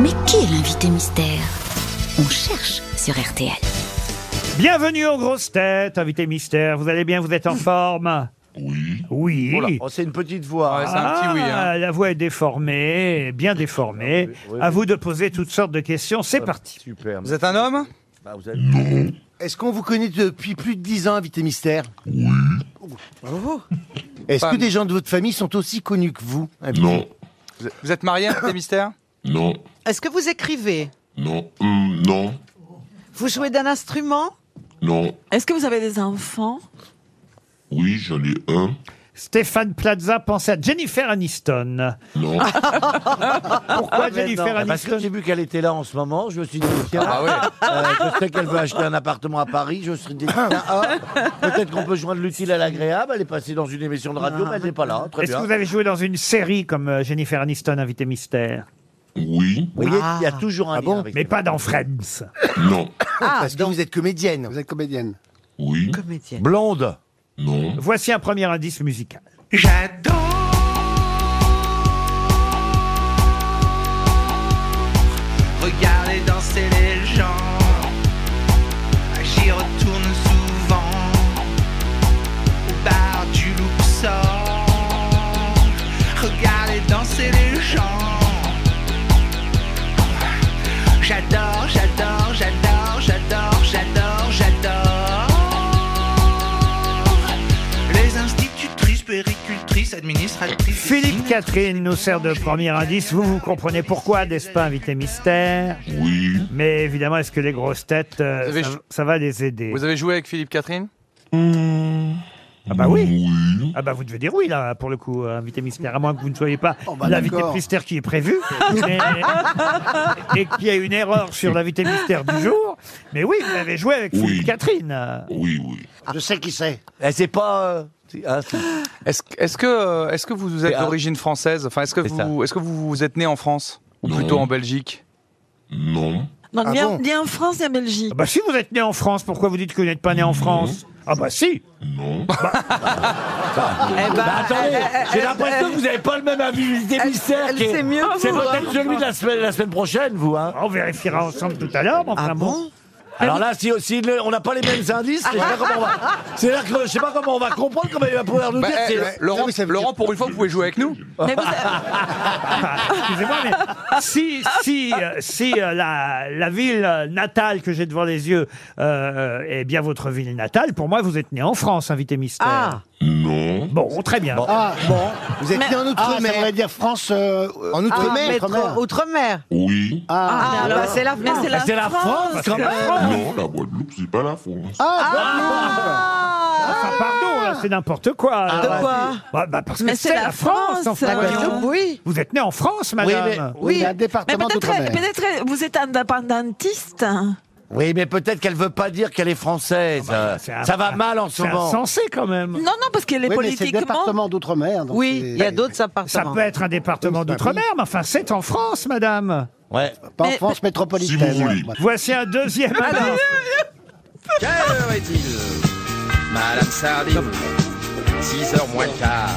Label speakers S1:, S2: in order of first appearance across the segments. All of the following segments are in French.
S1: Mais qui est l'invité mystère On cherche sur RTL.
S2: Bienvenue aux grosses têtes, invité mystère. Vous allez bien, vous êtes en forme Oui. Oui.
S3: Oh là, oh, c'est une petite voix.
S4: Ouais, c'est un petit oui. hein.
S2: Ah, La voix est déformée, bien déformée.
S3: Ah oui,
S2: À
S3: oui.
S2: vous de poser toutes sortes de questions. C'est parti.
S3: Super.
S4: Vous êtes un homme
S3: Bah, vous avez- Est-ce qu'on vous connaît depuis plus de 10 ans, invité mystère Oui. Est-ce que
S4: Femme.
S3: des gens de votre famille sont aussi connus que vous invité
S5: Non,
S4: Vous êtes marié, invité mystère
S5: non,
S6: Est-ce que vous écrivez
S5: non, hum, non,
S6: Vous jouez d'un instrument
S5: non.
S7: Est-ce que vous avez des enfants
S5: Oui, hum, j'en ai un.
S2: Stéphane Plaza pensait à Jennifer Aniston.
S5: Non,
S2: Pourquoi
S3: Ah, mais non.
S2: Ah, bah, Jennifer
S3: Bah, Parce que
S2: Aniston
S3: j'ai vu qu'elle était là en ce moment, je me suis dit, tiens,
S4: bah Ah
S3: euh, je sais qu'elle veut acheter un appartement à Paris, je me suis dit, tiens, ah, peut-être qu'on peut joindre l'utile à l'agréable, elle est passée dans une émission de radio, mais elle n'est pas là, très
S2: Est-ce que
S3: bien.
S2: vous avez joué dans une série comme euh, Jennifer Aniston, invité mystère
S5: oui,
S3: Vous voyez, il y a toujours un lien avec Ah,
S2: Mais
S3: elle.
S2: pas dans Friends.
S5: non,
S3: Parce que vous êtes comédienne. Vous êtes comédienne.
S5: oui,
S6: Comédienne.
S3: Blonde.
S5: non,
S2: Voici un premier indice musical.
S8: Regardez danser les gens. J'y retourne souvent. Au bar du Luxor. Regardez danser les gens. J'adore, j'adore, j'adore, j'adore, j'adore, j'adore. Les institutrices, péricultrices, administratrices.
S2: Philippe Catherine nous sert de premier indice. Vous, vous comprenez pourquoi, n'est-ce pas, invité mystère
S5: oui.
S2: Mais évidemment, est-ce que les grosses têtes, euh,
S4: Vous avez
S2: ça,
S4: jou-
S2: ça va les aider
S4: Vous avez joué avec Philippe Catherine
S2: Ah bah oui
S5: Oui,
S2: Ah bah vous devez dire oui là pour le coup, euh, invité mystère, à moins que vous ne soyez pas l'invité mystère qui est prévu mais- et qu'il y ait une erreur sur l'invité mystère du jour. Mais oui, vous avez joué avec
S5: Oui.
S2: Philippe Catherine. euh.
S5: oui, oui.
S3: Je sais qui c'est. Elle sait pas. euh, si- ah, si.
S4: Est-ce est que, euh, est-ce que vous
S3: C'est
S4: êtes
S3: un-
S4: d'origine française Enfin, est-ce que,
S3: C'est
S4: vous, est que vous vous êtes né en France Ou
S5: Non.
S4: plutôt en Belgique
S5: Non,
S7: Donc,
S3: Ah
S7: ni, en-
S3: bon
S7: ni en France ni en Belgique.
S2: Ah bah si vous êtes né en France, pourquoi vous dites que vous n'êtes pas né en France Ah bah si
S5: non,
S6: Ah bah,
S3: J'ai l'impression que vous n'avez pas le même avis des mystères. qui est-
S6: sait mieux,
S3: C'est
S6: vous,
S3: peut-être celui de la semaine, la semaine prochaine, vous. Hein.
S2: On vérifiera ensemble tout à l'heure, mais enfin
S6: Ah bon
S3: Alors là, si, si le- on n'a pas les mêmes indices, je sais pas comment on va. C'est-à-dire que je sais pas comment on va comprendre, comment il va pouvoir nous
S4: Bah,
S3: dire.
S4: eh,
S3: c'est-
S4: euh, Laurent, Laurent, pour une fois, vous pouvez jouer avec nous
S7: Mais vous avez-
S2: Enfin, Excusez-moi, mais si, si, euh, si euh, la, la ville euh, natale que j'ai devant les yeux euh, euh, est bien votre ville natale, pour moi, vous êtes né en France, invité mystère.
S6: Ah
S5: non,
S2: Bon, très bien.
S9: Ah, bon, vous êtes
S7: Mais-
S9: né en Outre-mer. ça voudrait dire France euh, en Outre-mer.
S6: Ah, maître- Outre-mer.
S5: oui,
S9: Ah,
S6: Ah, bah, c'est la
S7: mais
S6: France.
S7: c'est la,
S3: C'est la France, quand même.
S5: non, la Guadeloupe, c'est pas la France.
S9: Ah,
S2: Enfin, pardon, là, c'est n'importe quoi.
S6: De
S2: là.
S6: quoi
S2: Bah, bah, parce que
S7: Mais
S2: c'est la France, enfin.
S7: euh,
S6: Guadeloupe, oui.
S2: Vous êtes né en France,
S9: oui,
S2: madame.
S9: mais,
S6: Oui.
S9: oui, il y a un
S7: Mais
S9: département
S7: peut-être,
S9: d'Outre-mer.
S7: peut-être vous êtes indépendantiste.
S3: Oui, mais peut-être qu'elle veut pas dire qu'elle est française. Euh,
S2: bah, c'est un-
S3: ça va mal en ce
S2: C'est
S3: moment.
S2: insensé quand même.
S7: Non, non, parce que les
S9: Oui, mais c'est le
S7: politiquement.
S9: département d'Outre-mer. donc
S6: Oui,
S9: c'est-
S6: il y a d'autres
S2: Ça
S6: appartements.
S2: peut être un département
S9: Oui, c'est pas
S2: d'outre-mer, mais enfin, c'est en France, madame.
S3: Ouais.
S9: Pas en
S7: Mais-
S9: France
S5: Si
S9: métropolitaine.
S5: vous voulez.
S2: Voici un deuxième. indice.
S8: Quelle
S3: Eh,
S8: heure est-il Madame Sardine, 6h moins le quart.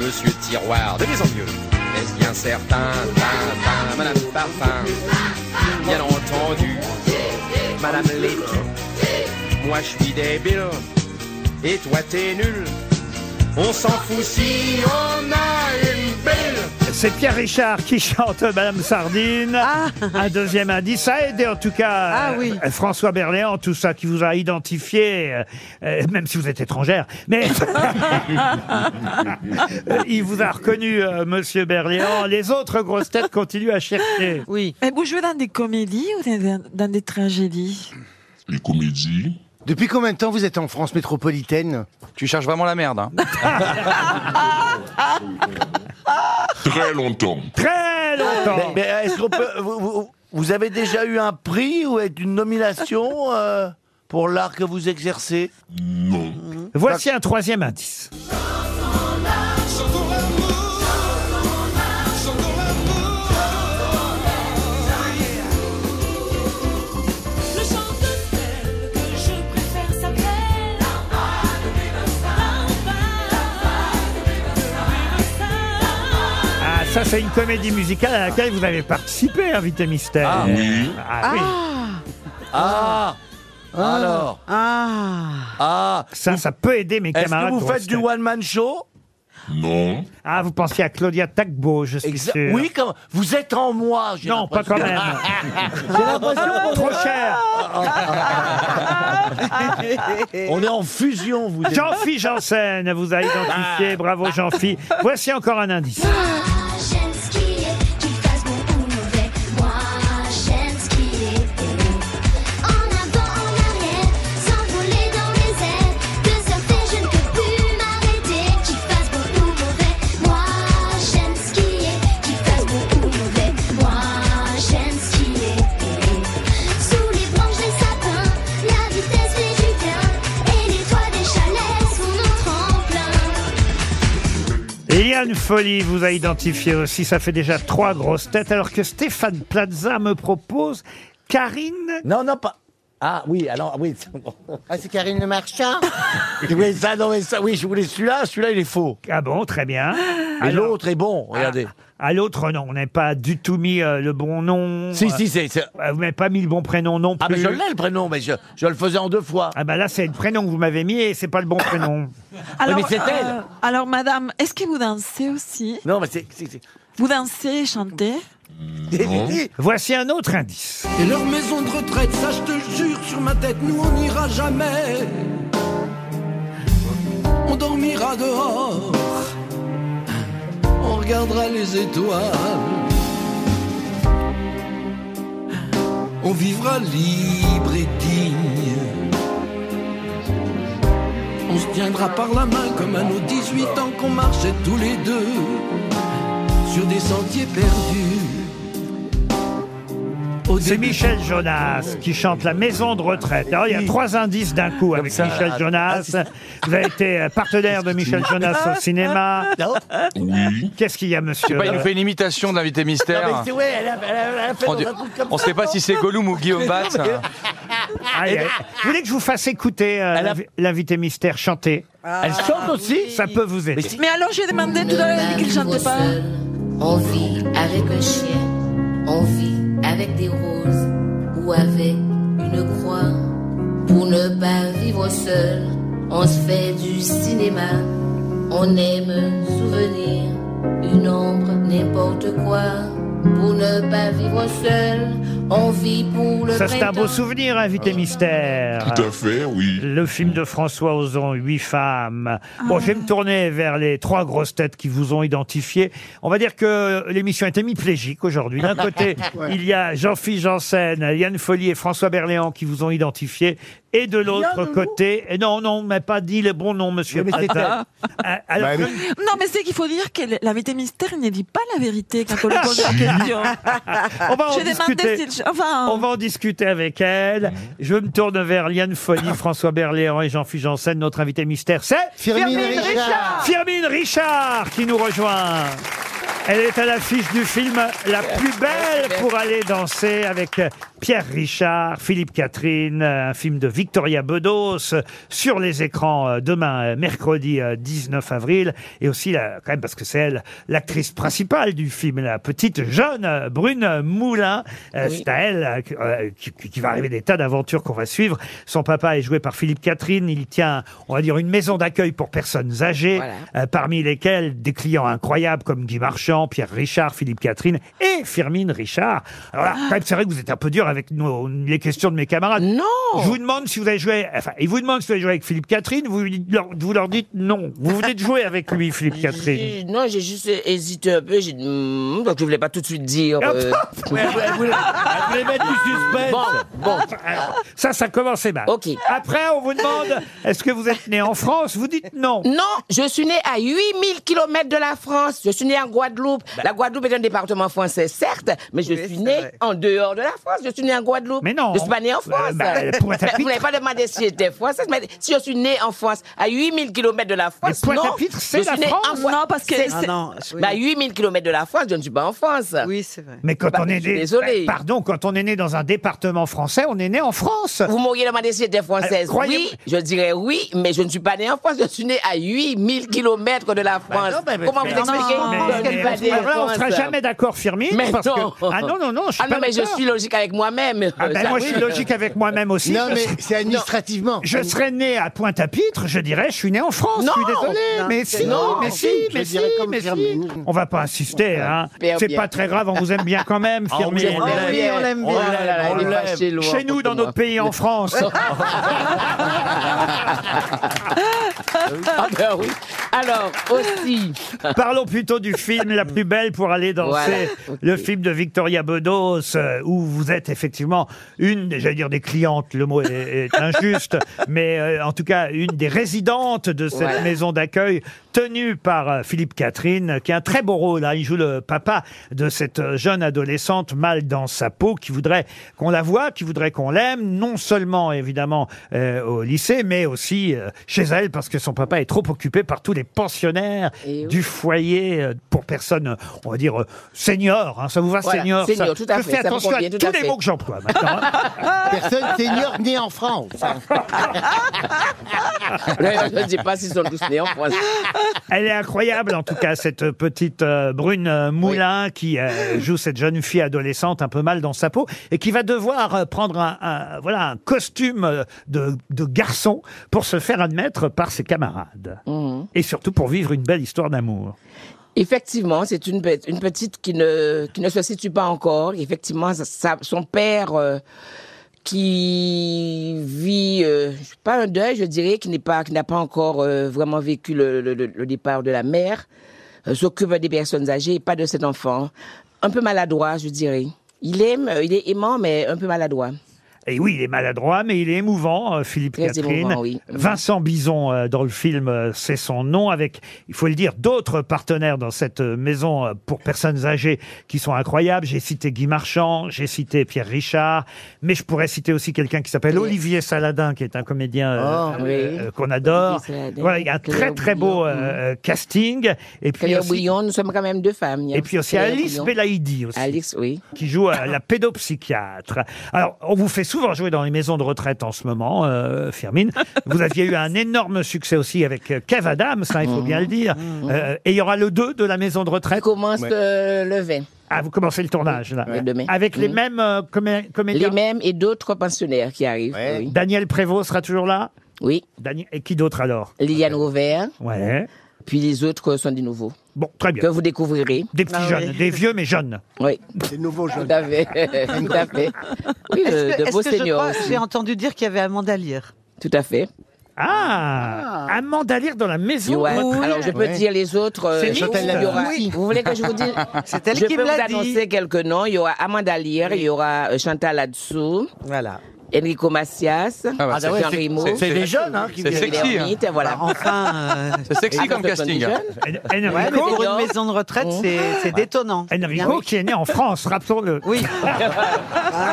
S8: Monsieur Tiroir, de mieux en mieux. Est-ce bien certain Tin, tin, Madame Parfum, bien entendu. Madame Lépi, moi je suis débile. Et toi t'es nul. On s'en fout si on a une belle.
S2: C'est Pierre Richard qui chante Madame Sardine.
S6: Ah.
S2: Un deuxième indice. Ça a aidé en tout cas
S6: Ah
S2: euh,
S6: oui.
S2: euh, François Berléand, tout ça qui vous a identifié, euh, euh, même si vous êtes étrangère. Mais il vous a reconnu, euh, monsieur Berléand. Les autres grosses têtes continuent à chercher.
S6: Oui.
S7: Mais vous jouez dans des comédies ou dans, dans des tragédies
S5: Les comédies,
S9: Depuis combien de temps vous êtes en France métropolitaine
S4: Tu cherches vraiment la merde. hein.
S5: très longtemps.
S2: Très longtemps.
S3: Mais, mais est-ce qu'on peut. Vous, vous- vous avez déjà eu un prix ou est- une nomination euh, pour l'art que vous exercez
S5: Non,
S2: Voici un troisième indice.
S10: Le chant de celle que je préfère s'appelle Lambade de Bibassa. Lambade de Bibassa.
S2: Ah, ça Ça, c'est une comédie musicale à laquelle vous avez participé, Invité Mystère.
S10: Ah oui.
S2: Ah oui.
S3: Ah Alors
S6: Ah
S3: Ah
S2: Ça, ça peut aider mes
S3: Est-ce que
S2: camarades.
S3: vous faites du one-man show
S5: Non.
S2: Ah, vous pensiez à Claudia Tagbo, je suis
S3: Exa-
S2: sûr.
S3: Oui, comme... vous êtes en moi. j'ai
S2: Non, pas quand
S3: l'impression.
S2: même.
S3: J'ai l'impression qu'on
S2: Ah, Trop cher.
S3: On est en fusion,
S2: Ah,
S3: vous. dites.
S2: Jean-Phi Janssen vous a identifié. Bravo, Jean-Phi. Voici encore un indice.
S10: j'aime skier, qu'il fasse bon ou mauvais. Moi, j'aime skier. En avant, en arrière, s'envoler dans les airs. De surfer, je ne peux plus m'arrêter. Qu'il fasse bon ou mauvais. Moi, j'aime skier, qu'il fasse bon ou mauvais. Moi, j'aime skier. Sous les branches des sapins, la vitesse fait du bien. Et les toits des chalets sont mon tremplin.
S2: Liane Folie vous a identifié aussi. Ça fait déjà trois grosses têtes. Alors que Stéphane Plaza me propose Karine.
S3: Non, non, pas. Ah oui, alors oui. c'est bon.
S9: Ah, c'est Karine Le Marchand
S3: oui, ça, non, mais ça, oui, je voulais celui-là, celui-là il est faux.
S2: Ah bon, très bien.
S3: Et
S2: Alors- Ah.
S3: l'autre est bon, regardez.
S2: À l'autre, non, on n'a pas du tout mis euh, le bon nom.
S3: Si,
S2: Euh,
S3: si, c'est. c'est-
S2: euh, Vous n'avez pas mis le bon prénom non plus.
S3: Ah, mais je l'ai le prénom, mais je, je le faisais en deux fois.
S2: Ah bah là, c'est le prénom que vous m'avez mis et c'est pas le bon prénom.
S7: Alors, euh,
S3: mais c'est elle.
S7: alors, madame, est-ce que vous dansez aussi
S3: Non, mais c'est. c'est- c'est-
S7: Vous dansez et chantez
S5: Non.
S2: Voici un autre indice.
S11: Et leur maison de retraite, ça je te jure, sur ma tête, nous on n'ira jamais. On dormira dehors, on regardera les étoiles. On vivra libre et digne. On se tiendra par la main comme à nos 18 ans qu'on marchait tous les deux sur des sentiers perdus. Au
S2: C'est
S11: début-
S2: Michel Jonas qui chante La Maison de Retraite. Alors, il y a trois indices d'un coup avec
S3: ça,
S2: Michel
S3: là.
S2: Jonas. Vous avez été euh, partenaire de Michel Jonas au cinéma.
S5: Oui.
S2: Qu'est-ce qu'il y a, monsieur
S4: Bah, il nous fait une imitation de l'invité
S3: Non, Ah, mais
S4: mystère.
S3: c'est- ouais, elle a, elle a- elle a fait
S4: On
S3: dans
S4: dit-
S3: un truc comme
S4: on
S3: ça.
S4: sait pas si c'est Gollum ou Guillaume Batz. hein.
S2: Ah, il y a- Vous voulez que je vous fasse écouter euh,
S3: Elle a-
S2: l'invi- l'invité mystère chanter
S3: Elle chante aussi
S2: Ça peut vous aider.
S7: Mais alors, j'ai demandé tout à l'heure, elle a dit qu'il chantait pas.
S1: On vit avec un chien, on vit avec des roses ou avec une croix. Pour ne pas vivre seul, on se fait du cinéma, on aime souvenir, une ombre, n'importe quoi. Pour ne pas vivre seul, on vit pour le
S2: Ça, c'est un beau
S1: printemps.
S2: souvenir, invité mystère.
S5: Tout à fait, oui.
S2: Le film de François Ozon, Huit femmes. Bon, je vais me tourner vers les trois grosses têtes qui vous ont identifié. On va dire que l'émission est hémiplégique aujourd'hui. D'un côté, il y a Jean-Philippe Janssen, Yann Folly et François Berléand qui vous ont identifié. Et de l'autre côté, et non, non, on m'a pas dit le bon nom, monsieur. Plaza. Euh, alors,
S9: Bah,
S2: je-
S7: Non, mais c'est qu'il faut dire que l'invité mystère ne dit pas la vérité quand on lui pose la question.
S2: on va en
S7: J'ai demandé
S2: discuter.
S7: s'il.
S6: Hein.
S7: Enfin.
S2: On va en discuter avec elle. Je me tourne vers Liane Folly, François Berléand et Jean-Philippe Janssen. Notre invité mystère, c'est
S9: Firmin Richard
S2: Firmin Richard qui nous rejoint. Elle est à l'affiche du film La plus belle pour aller danser avec Pierre Richard, Philippe Catherine, un film de Victoria Bedos sur les écrans euh, demain, euh, mercredi euh, 19 avril. Et aussi, la- quand même, parce que c'est elle, l'actrice principale du film, la petite jeune euh, Brune Moulin. Euh, C'est à elle euh, que- euh, qui, qui- qui va arriver des tas d'aventures qu'on va suivre. Son papa est joué par Philippe Catherine. Il tient, on va dire, une maison d'accueil pour personnes âgées, euh, parmi lesquelles des clients incroyables comme Guy Marchand, Pierre Richard, Philippe Catherine et Firmine Richard. Alors là, quand même, c'est vrai que vous êtes un peu dur avec nos- les questions de mes camarades. Non Je vous demande si vous avez joué, enfin, il vous demande si vous avez joué avec Philippe Catherine, vous, lui dites- leur, vous leur dites non. Vous venez de jouer avec lui, Philippe Catherine.
S12: J'ai- Non, j'ai juste hésité un peu. J'ai dit, hmm, donc je voulais pas tout de suite dire. euh,
S3: Ouais, elle, voulait- elle voulait, elle voulait mettre du suspense.
S12: bon, bon.
S2: Alors, ça, ça commençait mal.
S12: Ok.
S2: Après, on vous demande, est-ce que vous êtes né en France Vous dites non.
S12: Non, je suis né à 8000 km de la France. Je suis né en Guadeloupe.
S2: Bah.
S12: La Guadeloupe est un département français, certes, mais je suis né en dehors de la France. Je suis né en Guadeloupe.
S2: Mais non.
S12: Je suis pas né en
S2: Euh,
S12: France.
S2: bah, pour être
S12: Mais
S2: happy-
S12: vous n'avez pas demandé si j'étais française, mais si je suis né en France, à 8000 km de la France,
S2: Mais
S12: non.
S2: Pointe-à-Pitre, c'est
S12: je suis
S2: la
S12: né
S2: France.
S12: en Guadeloupe.
S7: Non, parce que
S12: C'est-
S7: c'est-
S6: Ah non, oui.
S12: Bah, 8000 km de la France, je ne suis pas en France.
S6: oui, c'est vrai.
S2: Mais quand
S12: Bah,
S2: on est
S12: je suis
S2: né,
S12: désolée.
S2: bah, pardon, quand on est né dans un département français, on est né en France.
S12: Vous m'auriez demandé si j'étais française.
S2: Alors, croyez-
S12: oui, je dirais oui, mais je ne suis pas née en France. Je suis née à 8000 km de la France.
S3: non, mais- mais-
S12: Comment
S2: Bah mais-
S12: vous expliquez
S2: mais-
S12: Dans
S2: mais-
S12: quel
S2: mais-
S12: la
S2: Alors là, on ne sera
S12: défense.
S2: jamais d'accord, Firmin.
S12: Mais
S2: parce que-
S12: non.
S2: Ah non, non, non, je suis
S12: Ah non,
S2: pas
S12: mais je
S2: d'accord.
S12: suis logique avec moi-même.
S2: Ah ben,
S12: Ça,
S2: moi, je suis
S12: oui.
S2: logique avec moi-même aussi.
S12: Non,
S2: parce
S12: mais
S2: que-
S12: c'est administrativement.
S2: Je serais né à Pointe-à-Pitre, je dirais, je suis né en France,
S12: Non.
S2: je suis désolé.
S12: Non,
S2: mais
S12: c'est-
S2: si,
S12: non,
S2: mais
S12: je
S2: si, mais si,
S12: dirais comme
S2: mais si.
S12: Firmin.
S2: On va pas insister, hein.
S12: Bien,
S2: C'est
S12: bien.
S2: pas très grave, on vous aime bien quand même,
S12: Ah, on
S2: Firmin.
S12: vous aime bien. Ah oui, on l'aime bien. Oh là là,
S2: On
S12: elle est
S2: l'aime.
S12: fâchée, Laure,
S2: Chez nous,
S12: contre
S2: dans
S12: moi.
S2: notre pays, en France. ben
S12: Ah ben oui. Alors, aussi.
S2: Parlons plutôt du film La plus belle pour aller danser.
S12: Voilà.
S2: Le film de Victoria Bedos, euh, où vous êtes effectivement une, des- j'allais dire des clientes, le mot est, est injuste, mais euh, en tout cas une des résidentes de cette
S12: Voilà.
S2: maison d'accueil tenue par euh, Philippe Catherine, euh, qui a un très beau rôle. hein. Il joue le papa de cette euh, jeune adolescente mal dans sa peau, qui voudrait qu'on la voie, qui voudrait qu'on l'aime, non seulement évidemment euh, au lycée, mais aussi euh, chez elle, parce que son papa est trop occupé par tous les pensionnaires
S12: Et oui.
S2: du foyer euh, pour personnes, euh, on va dire, euh, seniors. hein. Ça vous va,
S12: Voilà,
S2: seniors
S12: seniors,
S2: ça-
S12: tout à
S2: Je
S12: fait,
S2: fais
S12: ça me
S2: attention
S12: convient,
S2: à
S12: tout
S2: tous
S12: à
S2: les
S12: fait.
S2: mots que j'emploie maintenant. hein.
S9: Personne senior né en France.
S3: Ah,
S12: Là, je ne sais pas s'ils sont tous nés en France.
S2: Elle est incroyable, en tout cas, cette petite euh, brune euh, Moulin qui euh, joue cette jeune fille adolescente un peu mal dans sa peau et qui va devoir euh, prendre un, un- voilà, un costume euh, de, de garçon pour se faire admettre par ses camarades.
S12: Mmh.
S2: Et surtout pour vivre une belle histoire d'amour.
S12: Effectivement, c'est une, pe- une petite qui ne, qui ne se situe pas encore. Effectivement, sa- sa- son père euh, qui vit, euh, pas un deuil, je dirais, qui n'est pas, qui n'a pas encore euh, vraiment vécu le, le- le- le départ de la mère, euh, s'occupe des personnes âgées et pas de cet enfant. Un peu maladroit, je dirais. Il aime, euh, il est aimant, mais un peu maladroit.
S2: Et oui, il est maladroit, mais il est émouvant, euh, Philippe
S12: Très
S2: Catherine.
S12: émouvant, oui.
S2: Vincent Bison, euh, dans le film, euh, c'est son nom, avec, il faut le dire, d'autres partenaires dans cette euh, maison euh, pour personnes âgées qui sont incroyables. J'ai cité Guy Marchand, j'ai cité Pierre Richard, mais je pourrais citer aussi quelqu'un qui s'appelle
S12: Oui.
S2: Olivier Saladin, qui est un comédien euh,
S12: Oh,
S2: euh,
S12: oui.
S2: euh, qu'on adore.
S12: Olivier Saladin,
S2: Voilà, il y a un très
S12: Claire
S2: très beau euh,
S12: Bouillon,
S2: euh, casting. Et puis
S12: Claire
S2: aussi,
S12: Bouillon, nous sommes quand même deux femmes.
S2: et puis aussi
S12: Claire
S2: Alice
S12: Bouillon.
S2: Belaïdi aussi
S12: Alice, oui.
S2: qui joue à la pédopsychiatre. Alors, on vous fait souvent jouer dans les maisons de retraite en ce moment, euh, Firmin. Vous aviez eu un énorme succès aussi avec euh, Kev Adams, hein, il faut bien le dire.
S12: Mmh.
S2: Euh, et il y aura le 2 de la maison de retraite.
S12: Commence euh, le 20.
S2: Ah, vous commencez le tournage, là.
S12: Oui, demain.
S2: Avec les
S12: Mm.
S2: mêmes euh, comé-
S12: Les
S2: comédiens.
S12: mêmes et d'autres pensionnaires qui arrivent. Oui.
S2: Daniel Prévost sera toujours là
S12: Oui.
S2: Dani- Et qui d'autre alors
S12: Liliane Rouvert,
S2: Ouais.
S12: puis les autres euh, sont des nouveaux,
S2: Bon, très
S12: que
S2: bien.
S12: vous découvrirez.
S2: Des petits
S6: Ah
S2: jeunes,
S6: oui.
S2: des vieux mais jeunes.
S12: Oui,
S9: C'est nouveau
S12: tout
S9: jeu.
S12: à fait. tout à fait. Oui,
S6: Est-ce
S12: de-
S6: que-
S12: de
S6: est-ce
S12: beaux
S6: que je
S12: seniors
S6: crois-
S12: aussi.
S6: J'ai entendu dire qu'il y avait Amanda Lear.
S12: Tout à fait.
S2: Ah, Amanda Lear dans la maison.
S12: Ouais.
S2: de retraite.
S12: Alors, je peux dire les autres. euh,
S2: C'est
S12: il y
S2: mixte.
S12: aura-
S6: Oui.
S12: Vous voulez que je vous dise
S6: C'est elle
S12: Je
S6: qui
S12: peux
S6: me
S12: vous
S6: l'a dit.
S12: annoncer quelques noms. Il y aura Amanda Lear, il y aura euh, Chantal Ladsou,
S6: Voilà.
S12: Enrico Macias,
S4: Ah bah,
S12: Jean
S4: c'est-
S3: c'est-
S12: Rimo,
S4: c'est-
S3: C'est des jeunes, hein, qui
S4: C'est
S3: viennent.
S4: sexy, hein.
S12: Lermite, voilà.
S6: Enfin, euh,
S4: C'est sexy comme casting. hein.
S2: En- Enrico,
S6: ouais, mais pour
S12: Cool.
S6: une maison de retraite, c'est c'est détonnant.
S2: Enrico qui est né en France, rappelons-le.
S6: Oui.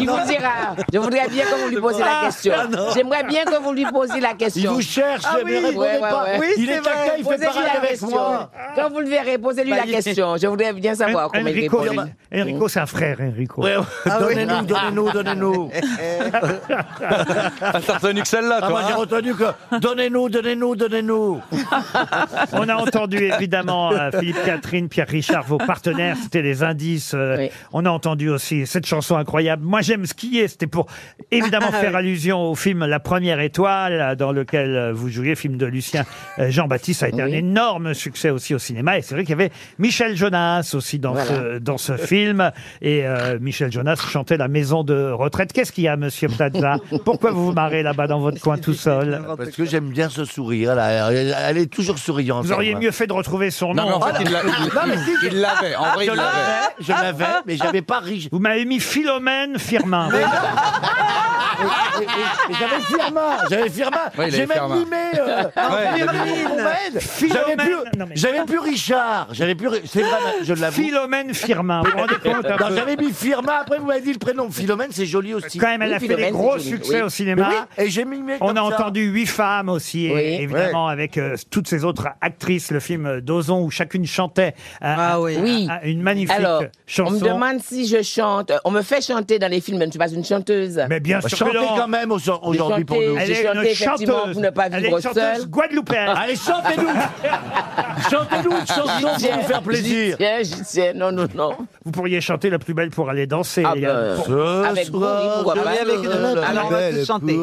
S12: Il vous dira. Je voudrais bien que vous lui posiez la question. J'aimerais bien que vous lui posiez la
S3: Il
S12: question.
S3: vous cherche,
S6: Ah
S3: mais
S6: oui,
S3: répondez
S12: ouais, ouais,
S3: pas.
S12: ouais.
S6: Oui,
S3: Il
S6: c'est
S3: est caca,
S6: vrai,
S3: il fait
S12: Posez-lui
S3: pareil
S12: la
S3: avec
S12: question.
S3: moi.
S6: Ah
S12: Quand vous le verrez, posez-lui
S6: Bah,
S12: la
S6: il est-
S12: question. Je voudrais bien savoir comment il
S2: Enrico,
S12: répond.
S2: Enrico, c'est un frère, Enrico.
S3: Ouais, ouais.
S6: Ah oui.
S3: Donnez-nous, donnez-nous, donnez-nous.
S4: Ah, T'as retenu que celle-là,
S3: Ah,
S4: toi.
S3: moi, j'ai
S4: hein
S3: retenu que donnez-nous, donnez-nous, donnez-nous.
S2: On a entendu évidemment euh, Philippe Catherine, Pierre Richard, vos partenaires, c'était les indices. euh,
S12: Oui.
S2: On a entendu aussi cette chanson incroyable. Moi j'aime skier, c'était pour évidemment
S12: Ah,
S2: faire allusion au film La Première Étoile, euh, dans lequel euh, vous jouiez, film de Lucien euh, Jean-Baptiste. Ça a été un
S12: Oui.
S2: énorme succès aussi au cinéma. Et c'est vrai qu'il y avait Michel Jonas aussi dans,
S12: Voilà.
S2: ce, dans ce film. Et euh, Michel Jonas chantait La Maison de retraite. Qu'est-ce qu'il y a, monsieur Plaza Pourquoi vous vous marrez là-bas dans votre coin tout seul
S3: Parce que j'aime bien ce sourire, là. Elle elle est toujours souriante.
S2: Vous auriez
S3: elle,
S2: mieux fait de retrouver son nom.
S4: Non, mais en
S3: Oh
S4: fait, il l'a- il- il l'avait. En vrai, il
S3: Je
S4: l'avait.
S2: Ah,
S3: l'avais, je l'avais, mais j'avais pas ri.
S2: Vous m'avez mis Philomène Firmin. ah,
S3: Et- et- et J'avais Firmin, j'avais Firmin.
S4: Ouais, il
S3: J'ai
S4: avait
S3: même
S4: Firmin.
S3: mimé. euh, Firmin, on m'aide. J'avais plus,
S2: Philomène. Non, mais-
S3: j'avais plus Richard. J'avais plus. Ri- C'est vrai, je l'avoue.
S2: Philomène Firmin. Vous vous rendez compte un
S3: Non,
S2: peu
S3: j'avais mis Firmin. Après, vous m'avez dit le prénom. Philomène, c'est joli aussi.
S2: Quand même, elle a
S12: Oui,
S2: fait des
S12: Philomène,
S2: gros
S12: c'est joli,
S2: succès
S12: oui.
S2: au
S3: Mais
S2: cinéma.
S3: oui, et j'ai mimé.
S2: On
S3: comme
S2: a
S3: ça.
S2: entendu huit femmes aussi, et
S12: Oui.
S2: évidemment avec euh, toutes ces autres actrices, le film d'Ozon où chacune chantait euh,
S6: Ah oui.
S12: Oui.
S2: euh, une magnifique
S12: Alors,
S2: chanson.
S12: on me demande si je chante. On me fait chanter dans les films, je ne suis pas une chanteuse.
S2: Mais bien
S3: Bah,
S2: sûr que
S3: chantez
S2: Roland.
S3: quand même au- aujourd'hui pour nous.
S2: Elle est une chanteuse. Elle est une chanteuse guadeloupéenne.
S3: Allez, chantez-nous Chantez-nous une
S12: Ah,
S3: chanson pour nous faire plaisir.
S12: non, non, non.
S2: Vous pourriez chanter la plus belle pour aller danser. les gars.
S12: ben,
S2: Pour-
S12: avec vous, oui, pourquoi pas.
S6: Alors, on va tous chanter.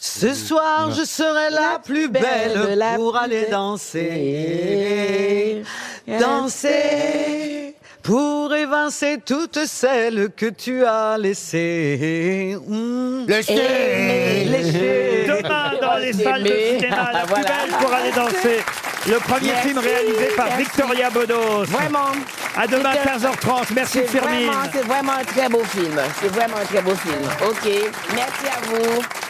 S6: Ce soir, je serai la plus belle pour aller danser. Danser pour évincer toutes celles que tu as laissées. Mmh.
S2: Lécher.
S6: Lécher.
S2: Demain, dans les salles de cinéma, la plus belle pour aller danser. Le premier
S6: Merci,
S2: film réalisé par
S6: merci.
S2: Victoria Bodos.
S12: Vraiment.
S2: À demain,
S12: C'était-
S2: 15h30. Merci,
S12: C'est
S2: Firmin.
S12: vraiment, c'est vraiment un très beau film. C'est vraiment un très beau film. Ok. Merci à vous.